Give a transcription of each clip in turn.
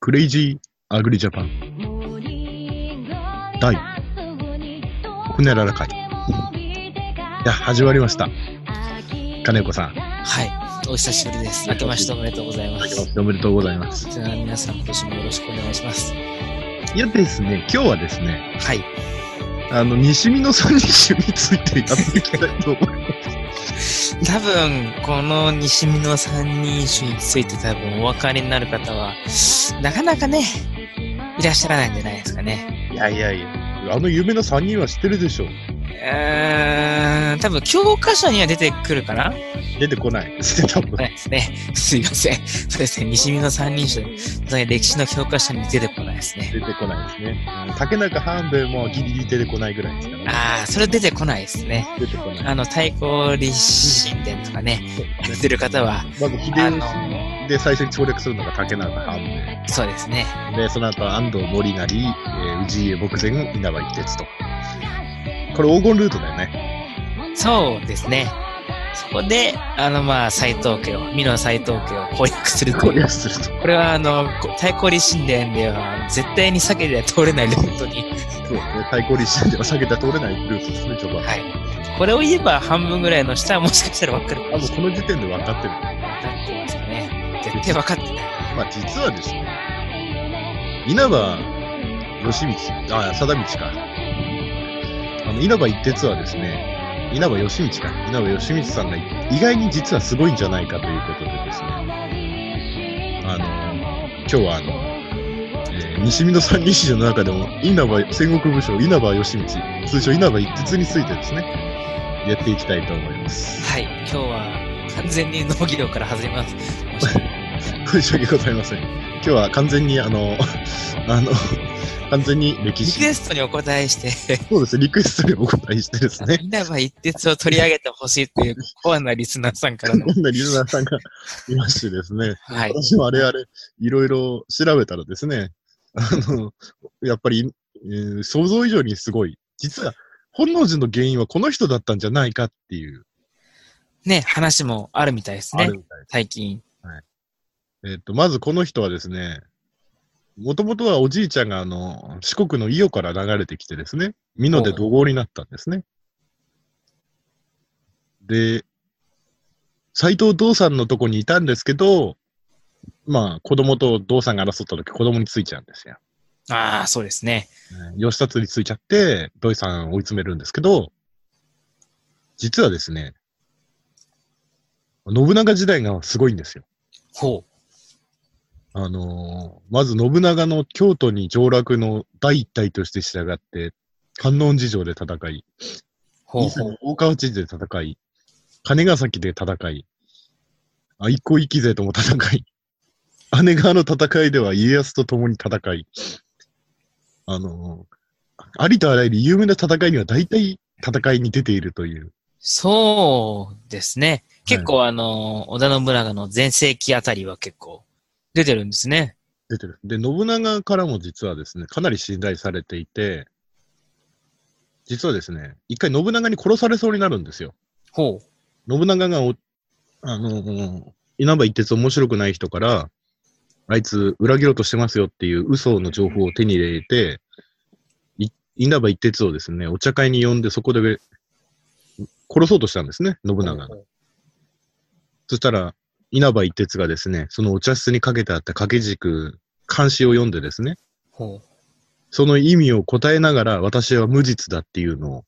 クレイジーアグリジャパン第ほにゃらら会いや始まりました金子さんはい、お久しぶりです。明けましておめでとうございま明けす。おめでとうございますじゃあ皆さん今年もよろしくお願いします。いやですね今日はですねはい。あの西見の三人についてやっていきたいと思います多分、この西見の三人衆について多分お分かりになる方は、なかなかね、いらっしゃらないんじゃないですかね。いやいやいやあの有名な3人は知ってるでしょうーん、多分教科書には出てくるかな出てこないですね多分ないですね。 すいません。そうですね、西見の三人衆、本当に歴史の教科書に出てこないですね。出てこないですね竹中半兵衛もギリギリ出てこないぐらいですからねああ、それ出てこないですね。出てこないあの、太鼓立神殿とかね、そうやってる方は、まず秀あ吉の、で最初に省略するのが竹中半兵衛そうですね。で、その後、安藤森成、えー氏家牧前、稲葉一徹と。これ黄金ルートだよね。そうですね。そこで、あの、まあ、斎藤家を、美濃斎藤家を攻略するとこいう。れすると。これは、あの、こ太鼓立神殿では、絶対に避けては通れないルートに。そうですね。対抗立身では避けては通れないルートですね、序盤。はい。これを言えば、半分ぐらいの下はもしかしたら分かるかあ、ももうしれこない。の時点で分かってる。分かってますかね。絶対分かってない。まあ、実はですね、稲葉義道、あ、貞道か。あの、稲葉一徹はですね、稲葉義道か。稲葉義道さんが意外に実はすごいんじゃないかということでですね、あの、今日はあの、えー西見の三人衆の中でも、稲葉、戦国武将、稲葉義道、通称稲葉一徹についてですね、やっていきたいと思います。はい。今日は、完全に農業から外れ ます。申し訳ない申し訳ございません。今日は完全にあの、 あの、完全に歴リク史。エストにお答えして、そうですね、リクエストにお答えしてです ね、稲葉一徹を取り上げてほしいというコアなリスナーさんからの。こんなリスナーさんがいましてですね、はい。私もあれあれ、いろいろ調べたらですね、あの、やっぱり、えー想像以上にすごい。実は、本能寺の原因はこの人だったんじゃないかっていう、ね、話もあるみたいですあねる。みたい最近。えっと、まずこの人はですね、もともとはおじいちゃんがあの、四国の伊予から流れてきてですね、美濃で怒号になったんですね。で、斎藤道さんのとこにいたんですけど、まあ、子供と道さんが争った時、子供についちゃうんですよ。ああ、そうですね。吉達についちゃって、土井さんを追い詰めるんですけど、実はですね、信長時代がすごいんですよ。ほあのーまず信長の京都に上洛の第一体として従って、観音寺城で戦い、う。ほう伊勢ほう。の大川知事で戦い、金ヶ崎で戦い、愛子域勢とも戦い、姉川の戦いでは家康と共に戦い、あのーありとあらゆる有名な戦いには大体戦いに出ているという、そうですね。結構、あの、織田信長の全盛期あたりは結構出てるんですね。出てる。で、信長からも実はですね、かなり信頼されていて、実はですね、一回信長に殺されそうになるんですよ。ほう。信長がお、あの、稲葉一徹面白くない人から、あいつ裏切ろうとしてますよっていう嘘の情報を手に入れて、い稲葉一徹をですね、お茶会に呼んでそこで殺そうとしたんですね、信長が。そしたら、稲葉一徹がですね、そのお茶室にかけてあった掛け軸、漢詩を読んでですね、ほう。その意味を答えながら私は無実だっていうのを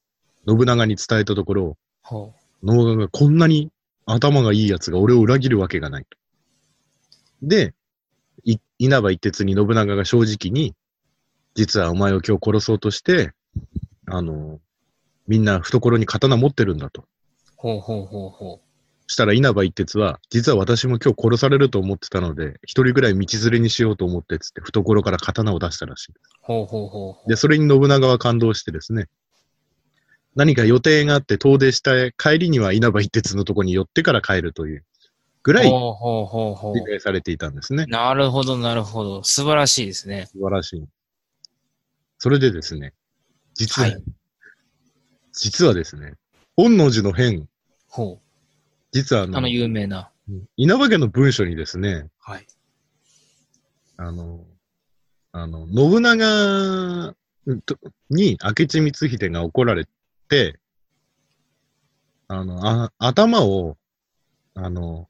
信長に伝えたところ、ほう。信長がこんなに頭がいい奴が俺を裏切るわけがないと。で、い稲葉一徹に信長が正直に、実はお前を今日殺そうとして、あの、みんな懐に刀持ってるんだと。ほうほうほうほしたら稲葉一徹は、実は私も今日殺されると思ってたので、一人ぐらい道連れにしようと思ってっつって、懐から刀を出したらしい。う。ほうほうほうほう。で、それに信長は感動してですね、何か予定があって遠出した帰りには稲葉一徹のとこに寄ってから帰るというぐらいほうほうほうほ理う。解されていたんですね。なるほど、なるほど。素晴らしいですね。素晴らしい。それでですね、実は、はい実はですね、本能寺の変、ほ実はあう。の、あの、有名な。稲葉家の文書にですね、はい。あの、あの、信長とに明智光秀が怒られて、あの、あ頭を、あの、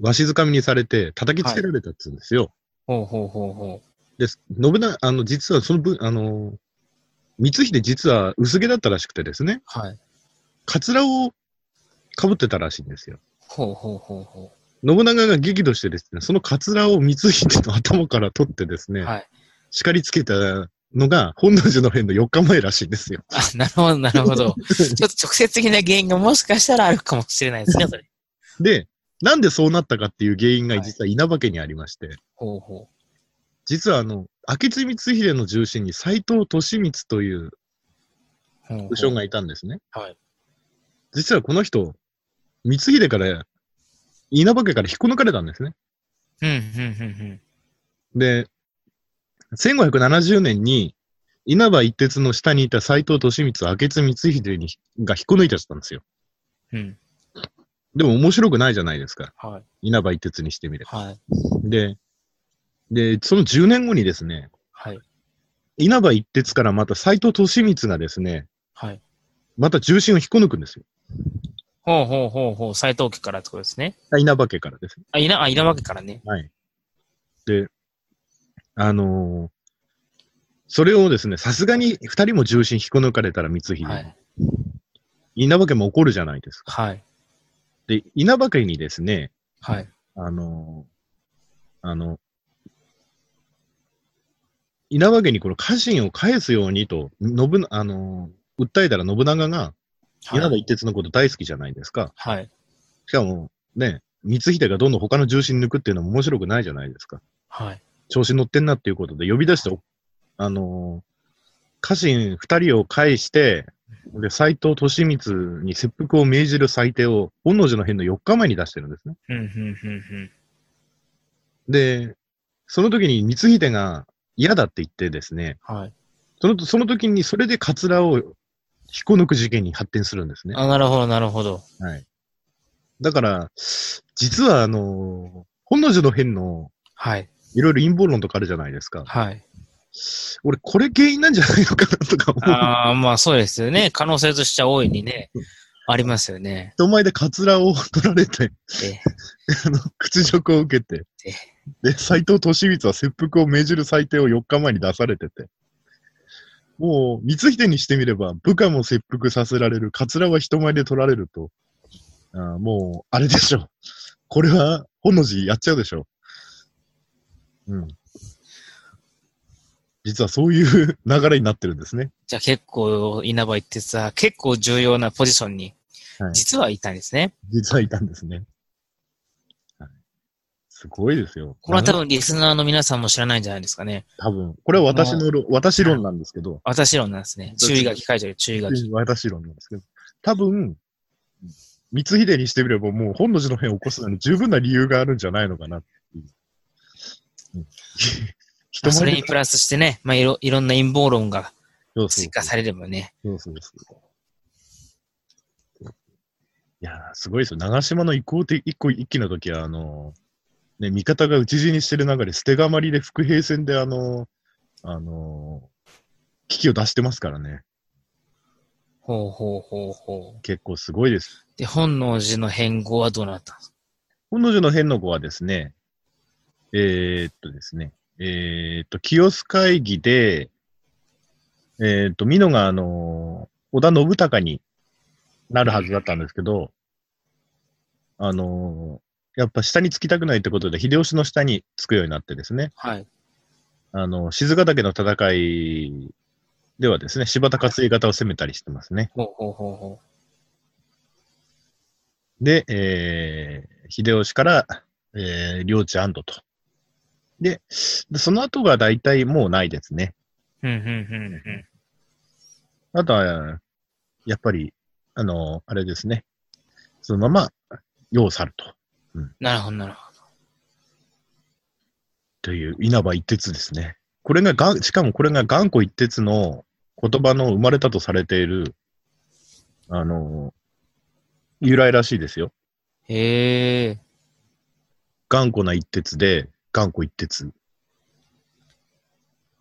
わしづかみにされて叩きつけられたっつうんですよ。ほうほうほうほで、信長、あの、実はその分、あの、光秀実は薄毛だったらしくてですね、う。はい。カツラを被ってたらしいんですよ。ほうほうほうほ信長が激怒してですね、そのカツラを光秀の頭から取ってですね、う。はい。叱りつけたのが本能寺の変の4日前らしいんですよ。あ、なるほど、な るほど。ちょっと直接的な原因がもしかしたらあるかもしれないですね、それ。で、なんでそうなったかっていう原因がはい実は稲葉家にありまして、ほうほ実はあの、明智光秀の重臣に斎藤利光というう。ほうほう武将がいたんですね。はい。実はこの人、光秀から、稲葉家から引っこ抜かれたんですね。うん、うん、うん、で、1570年に、稲葉一徹の下にいた斎藤利光は明智光秀にが引っこ抜いちゃったんですよ。うん。うん。でも面白くないじゃないですか。はい。稲葉一徹にしてみれば。はい。で、で、その10年後にですね、はい。稲葉一徹からまた斎藤利光がですね、はい。また重心を引っこ抜くんですよ。ほうほうほうほう。斎藤家からってことですね。あ稲葉家からですね。あ、いな、あ、いなわけからね。はい。で、あのーそれをですね、さすがに二人も重心引っこ抜かれたら光秀、はい。稲葉家も怒るじゃないですか。はい。で、稲葉家にですね、はい。あのーあの、稲葉家にこの家臣を返すようにと、信な、あのー訴えたら信長が、稲葉一徹のこと大好きじゃないですか。はい。しかも、ね、光秀がどんどん他の重心抜くっていうのも面白くないじゃないですか。はい。調子乗ってんなっていうことで呼び出して、おあのー家臣二人を介して、で、斎藤利光に切腹を命じる裁定を、本能寺の変の4日前に出してるんですね。うん、うん、うん、で、その時に光秀が嫌だって言ってですね、うん。はい。そのその時にそれでカツラを引っこ抜く事件に発展するんですね。あ、なるほど、なるほど。はい。だから、実はあのー本能寺の変のはい。いろいろ陰謀論とかあるじゃないですか。はい。俺、これ原因なんじゃないのかなとか思う。ああ、まあそうですよね。可能性としては大いにね、ありますよね。人前でカツラを取られて、 えあの、屈辱を受けてえ、で、斎藤利光は切腹を命じる裁定を4日前に出されてて、もう、光秀にしてみれば、部下も切腹させられる、カツラは人前で取られると、あーもう、あれでしょ。これは、本能寺やっちゃうでしょ。うん。実はそういう流れになってるんですね。じゃあ結構、稲葉一徹は結構重要なポジションにはい、実はいたんですね。実はいたんですね。はい、すごいですよ。これは多分リスナーの皆さんも知らないんじゃないですかね。多分、これは私の論、私論なんですけど、私論なんですね。注意書き書いてある、注意書き。私論なんですけど、多分、光秀にしてみればもう本能寺の変を起こすのに十分な理由があるんじゃないのかなっていう。うん 人まあそ前れでにプラスしてね、まあいろ、いろんな陰謀論がそうそう追加されればね。そうそうそういやー、すごいですよ。長島の移行的一個一期の時は、あのーね、味方が討ち死にしてる中で、捨てがまりで伏兵戦で、あのーあのー危機を出してますからね。ほうほうほうほう。結構すごいです。で、本能寺の変更はどうなったんですか本能寺の変の子はですね、えー、っとですね、えー、っと、清須会議で、えー、っと、美濃が、あのー織田信孝になるはずだったんですけど、あのーやっぱ下につきたくないってことで、秀吉の下につくようになってですね、はい。あの、静ヶ岳の戦いではですね、柴田勝家方を攻めたりしてますね。ほうほうほうほで、えー、秀吉から、えー、領地安堵と。で、でその後が大体もうないですね。う。うん、うん、うん、うん。あとは、やっぱり、あの、あれですね。そのまま、世を去ると。なるほど、なるほど。という、稲葉一徹ですね。これがが、しかもこれが頑固一徹の言葉の生まれたとされている、あの、由来らしいですよ。へえ。頑固な一徹で、頑固一徹。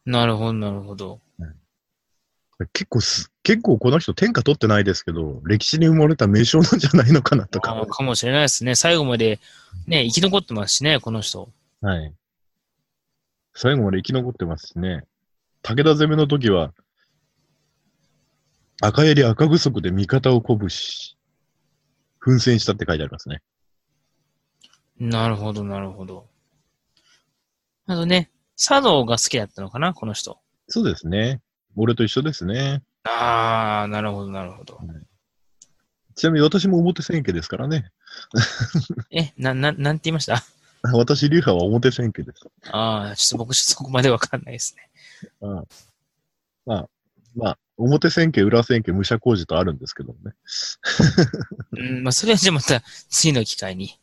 なるほど、なるほど。結構す、結構この人天下取ってないですけど、歴史に埋もれた名将なんじゃないのかなとあかー。かもしれないですね。最後まで、ね、生き残ってますしね、この人。はい。最後まで生き残ってますしね。武田攻めの時は、赤槍赤不足で味方を鼓舞し、奮戦したって書いてありますね。なるほど、なるほど。あとね、茶道が好きだったのかな、この人。そうですね。俺と一緒ですね。ああ、なるほど、なるほど。ちなみに私も表千家ですからね。 え、な、な、なんて言いました私、流派は表千家です。ああ、ちょっと僕、そこまでわかんないですね。うんまあ、まあ、表千家、裏千家、武者工事とあるんですけどもね。うん、まあ、それはじゃあまた、次の機会に。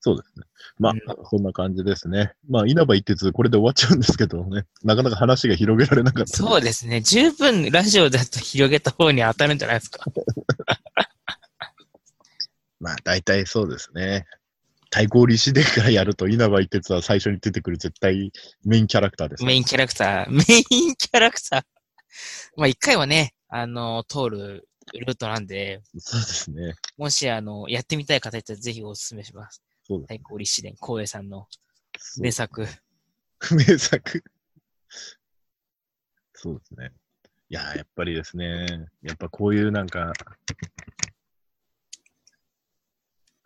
そうですね。まあ、うんそんな感じですね。まあ、稲葉一徹、これで終わっちゃうんですけどもね。なかなか話が広げられなかった。そうですね。十分ラジオだと広げた方に当たるんじゃないですか。まあ、大体そうですね。対抗立志伝からやると、稲葉一徹は最初に出てくる絶対メインキャラクターです、メインキャラクター。 メインキャラクター。まあ、一回はね、あの、通るルートなんで、そうですね。もし、あの、やってみたい方いたらぜひお勧めします。そうで最高立志伝、光栄さんのす。名作。名作。そうですね。いやー、やっぱりですね。やっぱこういうなんか、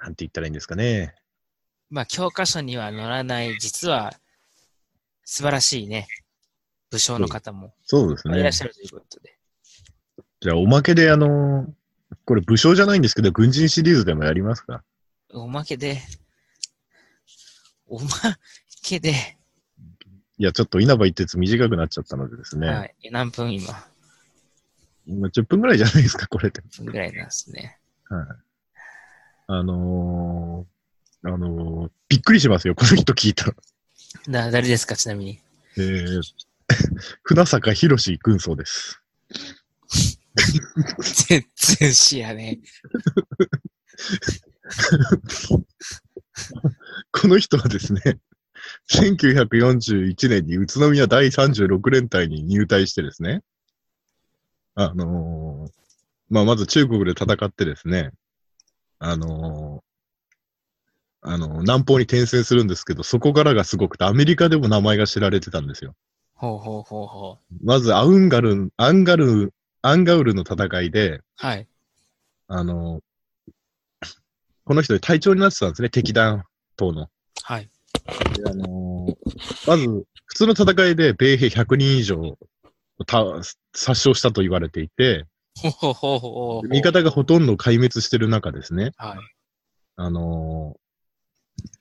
なんて言ったらいいんですかね。まあ、教科書には載らない、実は、素晴らしいね、武将の方もそうですいらねっ。しゃるということで。じゃあ、おまけで、あのーこれ武将じゃないんですけど、軍人シリーズでもやりますか。おまけで、おまけで、いや、ちょっと稲葉一徹短くなっちゃったのでですね。はい、何分今今10分ぐらいじゃないですか、これで。ぐらいなんですね。はい。あのー、あのー、びっくりしますよ、この人聞いたら。だ、誰ですか、ちなみに。えー、 船坂博士軍曹です。全然知らねこの人はですね、1941年に宇都宮第36連隊に入隊してですね、あのーまあ、まず中国で戦ってですね、あのーあのー南方に転戦するんですけど、そこからがすごくて、アメリカでも名前が知られてたんですよ。ほうほうほうほう。まず、アウンガルン、アンガルン、アンガウルの戦いで、はい。あの、この人で隊長になってたんですね、敵弾党の。はい。であのまず、普通の戦いで米兵100人以上をた殺傷したと言われていて、ほうほうほうほうほう。味方がほとんど壊滅してる中ですね、はい。あの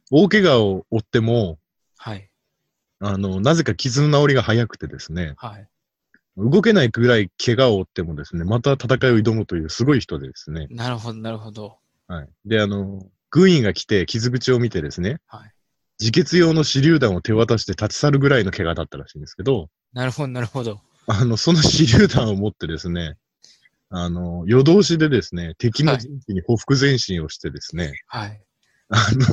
大怪我を負っても、はい。あのなぜか傷の治りが早くてですね、はい。動けないぐらい怪我を負ってもですね、また戦いを挑むというすごい人でですね、なるほど、なるほど。はい。で、あの、軍医が来て傷口を見てですね、はい。自決用の手榴弾を手渡して立ち去るぐらいの怪我だったらしいんですけど、なるほど、なるほど。あの、その手榴弾を持ってですね、あの、夜通しでですね、敵の陣地に報復前進をしてですね、はい。あの、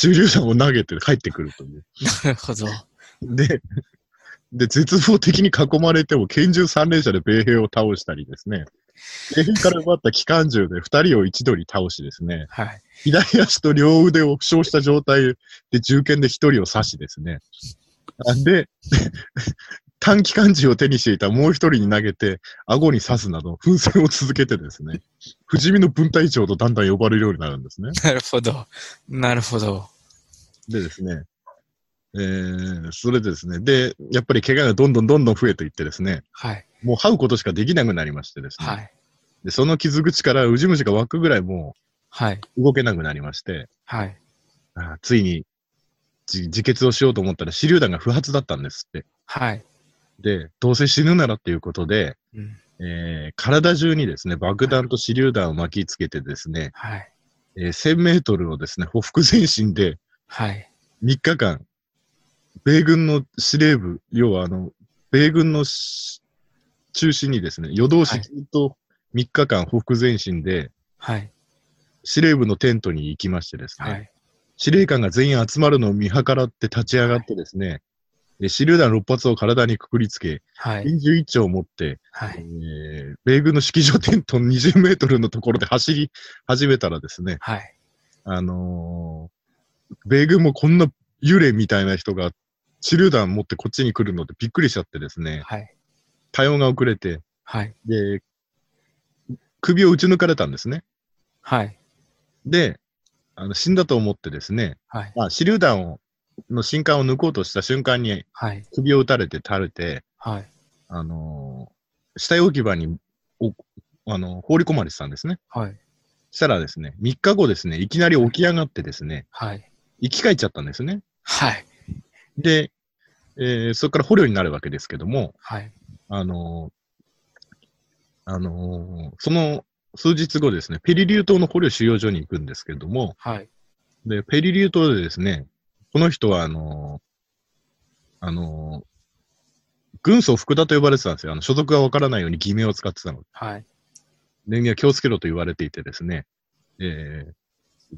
手榴弾を投げて帰ってくるという。なるほど。で、で、絶望的に囲まれても拳銃三連射で米兵を倒したりですね、米兵から奪った機関銃で二人を一度に倒しですね、はい。左足と両腕を負傷した状態で銃剣で一人を刺しですね。あで、 短期間銃を手にしていたもう一人に投げて、顎に刺すなど、奮戦を続けてですね、不死身の分隊長とだんだん呼ばれるようになるんですね。なるほど。なるほど。でですね、えー、それでですね、で、やっぱり怪我がどんどんどんどん増えていってですね、はい。もう這うことしかできなくなりましてですね、はい。でその傷口からウジ虫が湧くぐらいもはい。う動けなくなりまして、はい。ああついにじ自決をしようと思ったら手榴弾が不発だったんですって。はい。で、どうせ死ぬならっていうことで、うん。えー体中にですね、爆弾と手榴弾を巻きつけてですね、はい。えー1000メートルをですね、ほふ前進ではい。 3日間、米軍の司令部、要はあの、米軍のし中心にですね、夜通しずっと3日間ほふ前進で、はい。司令部のテントに行きましてですね、はい。司令官が全員集まるのを見計らって立ち上がってですね、で手榴弾6発を体にくくりつけ、はい。拳銃1丁を持って、はえい。ー米軍の式場テント20メートルのところで走り始めたらですね、はい。あのー米軍もこんな幽霊みたいな人が、手榴弾持ってこっちに来るのでびっくりしちゃってですね、はい。対応が遅れて、はい。で、首を撃ち抜かれたんですね。はい。で、あの死んだと思ってですね、はい。まあ、手榴弾をの新管を抜こうとした瞬間にはい。首を撃たれて垂れて、はい。あのー死体置き場におあのー放り込まれてたんですね。はい。したらですね、3日後ですね、いきなり起き上がってですね、はい。生き返っちゃったんですね。はい。で、えーそこから捕虜になるわけですけども、はい。あのーあのーその数日後ですね、ペリリュー島の捕虜収容所に行くんですけども、はい。で、ペリリュー島でですね、この人はあのーあのー軍曹福田と呼ばれてたんですよ。あの所属がわからないように偽名を使ってたのではい。人間は気をつけろと言われていてですね、えー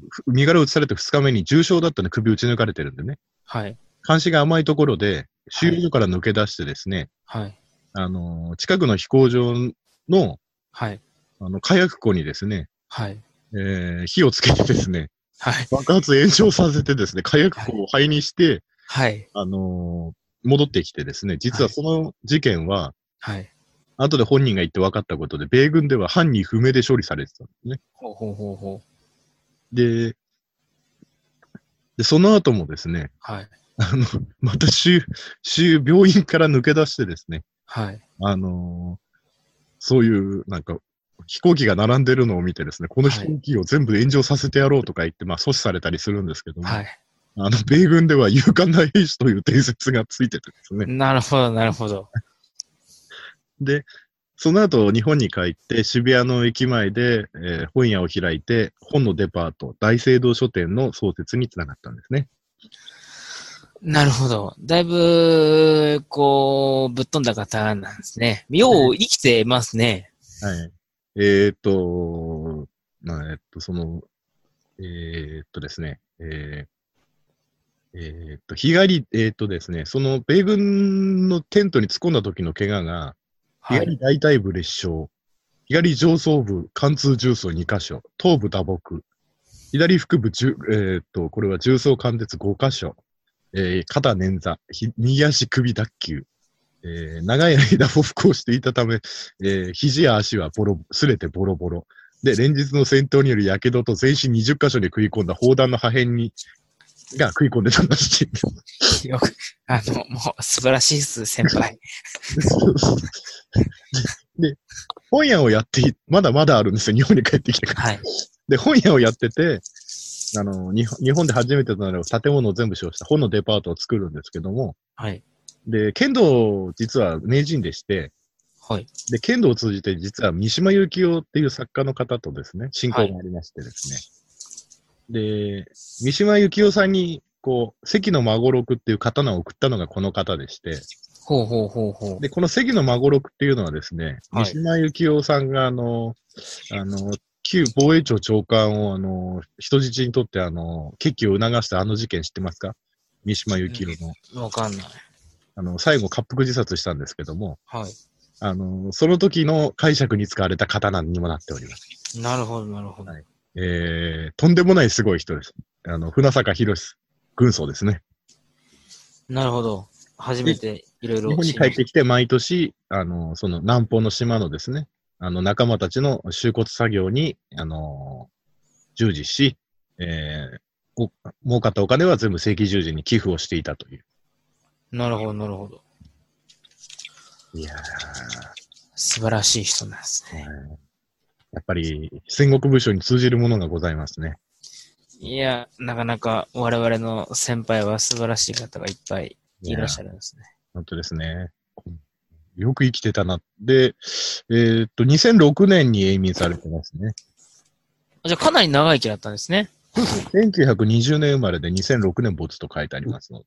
ふ身柄を移されて2日目に重傷だったので首打ち抜かれてるんでね、はい。監視が甘いところで、収容所から抜け出してですね、はい。あのー近くの飛行場の、はい。あの、火薬庫にですね、はい。えー火をつけてですね、はい。爆発炎症させてですね、火薬庫を灰にして、はい。あのー戻ってきてですね、実はその事件は、はい。後で本人が言って分かったことで、米軍では犯人不明で処理されてたんですね。ほうほうほうほう。で、で、その後もですね、はい。あの、また週、週、病院から抜け出してですね、はい。あのーそういう、なんか、飛行機が並んでるのを見てですね、この飛行機を全部炎上させてやろうとか言って、まあ阻止されたりするんですけども、はい。あの、米軍では勇敢な兵士という伝説がついててですね。なるほど、なるほど。で、その後、日本に帰って、渋谷の駅前で、えー本屋を開いて、本のデパート、大聖堂書店の創設につながったんですね。なるほど。だいぶ、こう、ぶっ飛んだ方なんですね。よう生きてますね。はい。えーっと、まあ、えっと、その、えーっとですね、えーえーっと、日帰り、えーっとですね、その米軍のテントに突っ込んだ時の怪我が、は左大い。腿部裂傷、左上層部貫通重曹2箇所、頭部打撲、左腹部重、えーっと、これは重曹貫徹5箇所、えー肩捻挫、ひ右足首脱臼、えー長い間歩服をしていたため、えー肘や足はボロ、すれてボロボロ。で、連日の戦闘による火傷と全身20箇所に食い込んだ砲弾の破片に、が食い込んでたらしいんです。よく、あの、もう、素晴らしいっす、先輩。 で、本屋をやってい、まだまだあるんですよ、日本に帰ってきてから。はい。で、本屋をやってて、あの、日本日本で初めてとなる建物を全部使用した本のデパートを作るんですけども、はい。で、剣道、実は名人でして、はい。で、剣道を通じて、実は三島由紀夫っていう作家の方とですね、親交がありましてですね。で、三島由紀夫さんに、こう、関の孫六っていう刀を送ったのがこの方でして、ほうほうほうほう。で、この関の孫六っていうのはですね、はい三島由紀夫さんが、あの、あの、旧防衛庁長官を、あの、人質にとって、あの、決起を促したあの事件知ってますか三島由紀夫の。わかんない。あの、最後、滑腹自殺したんですけども、はあの、その時の解釈に使われた刀にもなっております。い。なるほど、なるほど。はいえー、とんでもないすごい人です。あの、船坂博軍曹ですね。なるほど。初めていろいろ日本に帰ってきて、毎年、あの、その南方の島のですね、あの、仲間たちの収骨作業に、あの、従事し、えー、お儲かったお金は全部正規従事に寄付をしていたという。なるほど、なるほど。いやー、素晴らしい人なんですね。やっぱり戦国武将に通じるものがございますね。いや、なかなか我々の先輩は素晴らしい方がいっぱいいらっしゃる。るんですね。本当ですね。よく生きてたな。で、えーっと、2006年に永眠されてますね。あじゃあかなり長生きだったんですね。 1920年生まれで2006年没と書いてありますので。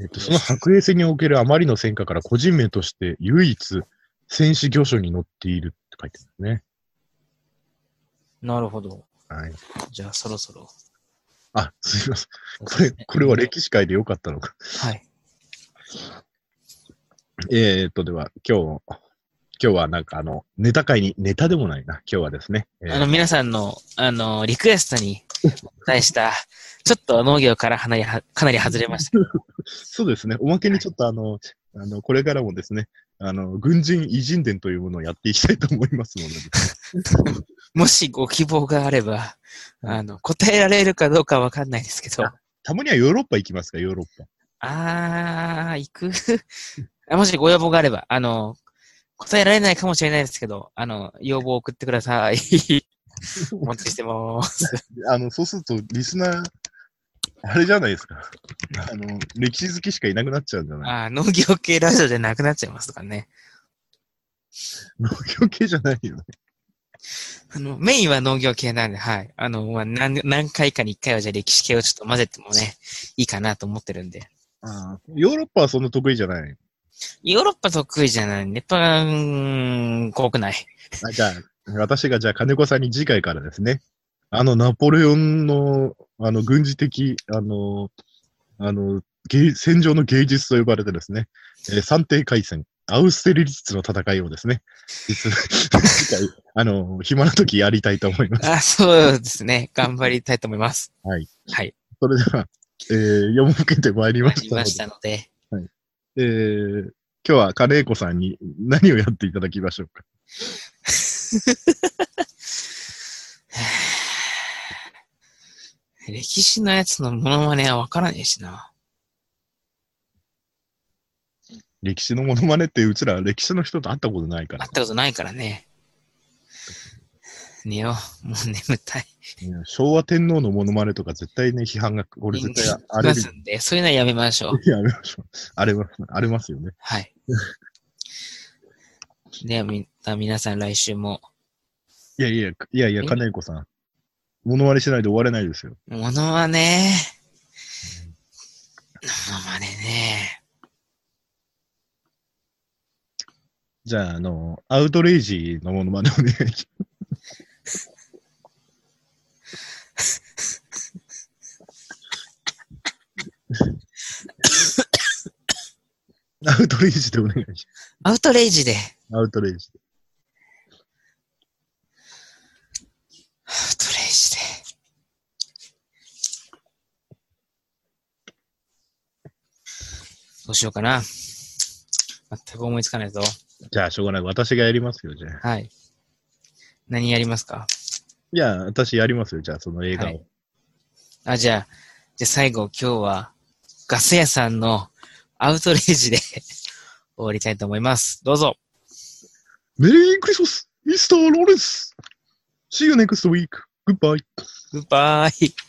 えっと、その白衛星におけるあまりの戦果から個人名として唯一戦死御所に載っているって書いてあるんでなるほど。すね。はい。じゃあそろそろあ、すいません。これ、これは歴史界でよかったのか。はい。えー、っと、では、今日、今日はなんかあの、ネタ会に、ネタでもないな、今日はですね。えーあの、皆さんの、あの、リクエストに対した、ちょっと農業からかなりは、かなり外れましたけど。そうですね、おまけにちょっとあの、あの、これからもですね、あの、軍人偉人伝というものをやっていきたいと思いますので、もしご希望があれば、あの、答えられるかどうかわかんないですけど。たまにはヨーロッパ行きますか、ヨーロッパ。あー、行く。 あもしご要望があれば、あの、答えられないかもしれないですけど、あの、要望を送ってくだ さい。お待ちしてます。あの、そうすると、リスナー、あれじゃないですか。あの、歴史好きしかいなくなっちゃうんじゃないあー農業系ラジオじゃなくなっちゃいますとかね。農業系じゃないよね。あの、メインは農業系なんで、はい。あの、まあ、何、何回かに一回はじゃあ歴史系をちょっと混ぜてもね、いいかなと思ってるんで。ヨーロッパはそんな得意じゃない。ヨーロッパ得意じゃない。ネパン、うーん国内。あじゃあ、私がじゃあ金子さんに次回からですね、あのナポレオンの、あの、軍事的、あの、あの、芸戦場の芸術と呼ばれてですね、えー三帝海戦、アウステリリツの戦いをですね、実 次回、あの、暇な時やりたいと思います。あ、そうですね。頑張りたいと思います。はい。はい。それでは、えー、読み受けてまいりあましりたのまでしたので。えー、今日は金子さんに何をやっていただきましょうか。歴史のやつのモノマネはわからねえしな。歴史のモノマネってうちら歴史の人と会ったことないから会っ。たことないからね。寝よう。もう眠たい。うん昭和天皇のモノマネとか絶対ね、批判が、これ絶対あ荒れまる。すんで、そういうのはやめましょう。いや、あれましょう。あれは、あれますよね。はい。では、み、皆さん来週も、いやいや、いやいや、え金子さん。モノマネしないで終われないですよ。モノマネ。モノマネね。じゃあ、あの、アウトレイジのモノマネお願いします。アウトレイジでお願いします。アウトレイジで。アウトレイジで。アウトレイジで。どうしようかな。全く思いつかないぞ。じゃあ、しょうがない。私がやりますよ、じゃあ。はい。何やりますかいや、私やりますよ、じゃあ、その映画を。はいあ、じゃあ、じゃあ最後今日はガス屋さんのアウトレイジで 終わりたいと思います。どうぞ。メリークリスマスミスター・ローレンス !See you next week! Goodbye! グッバイ。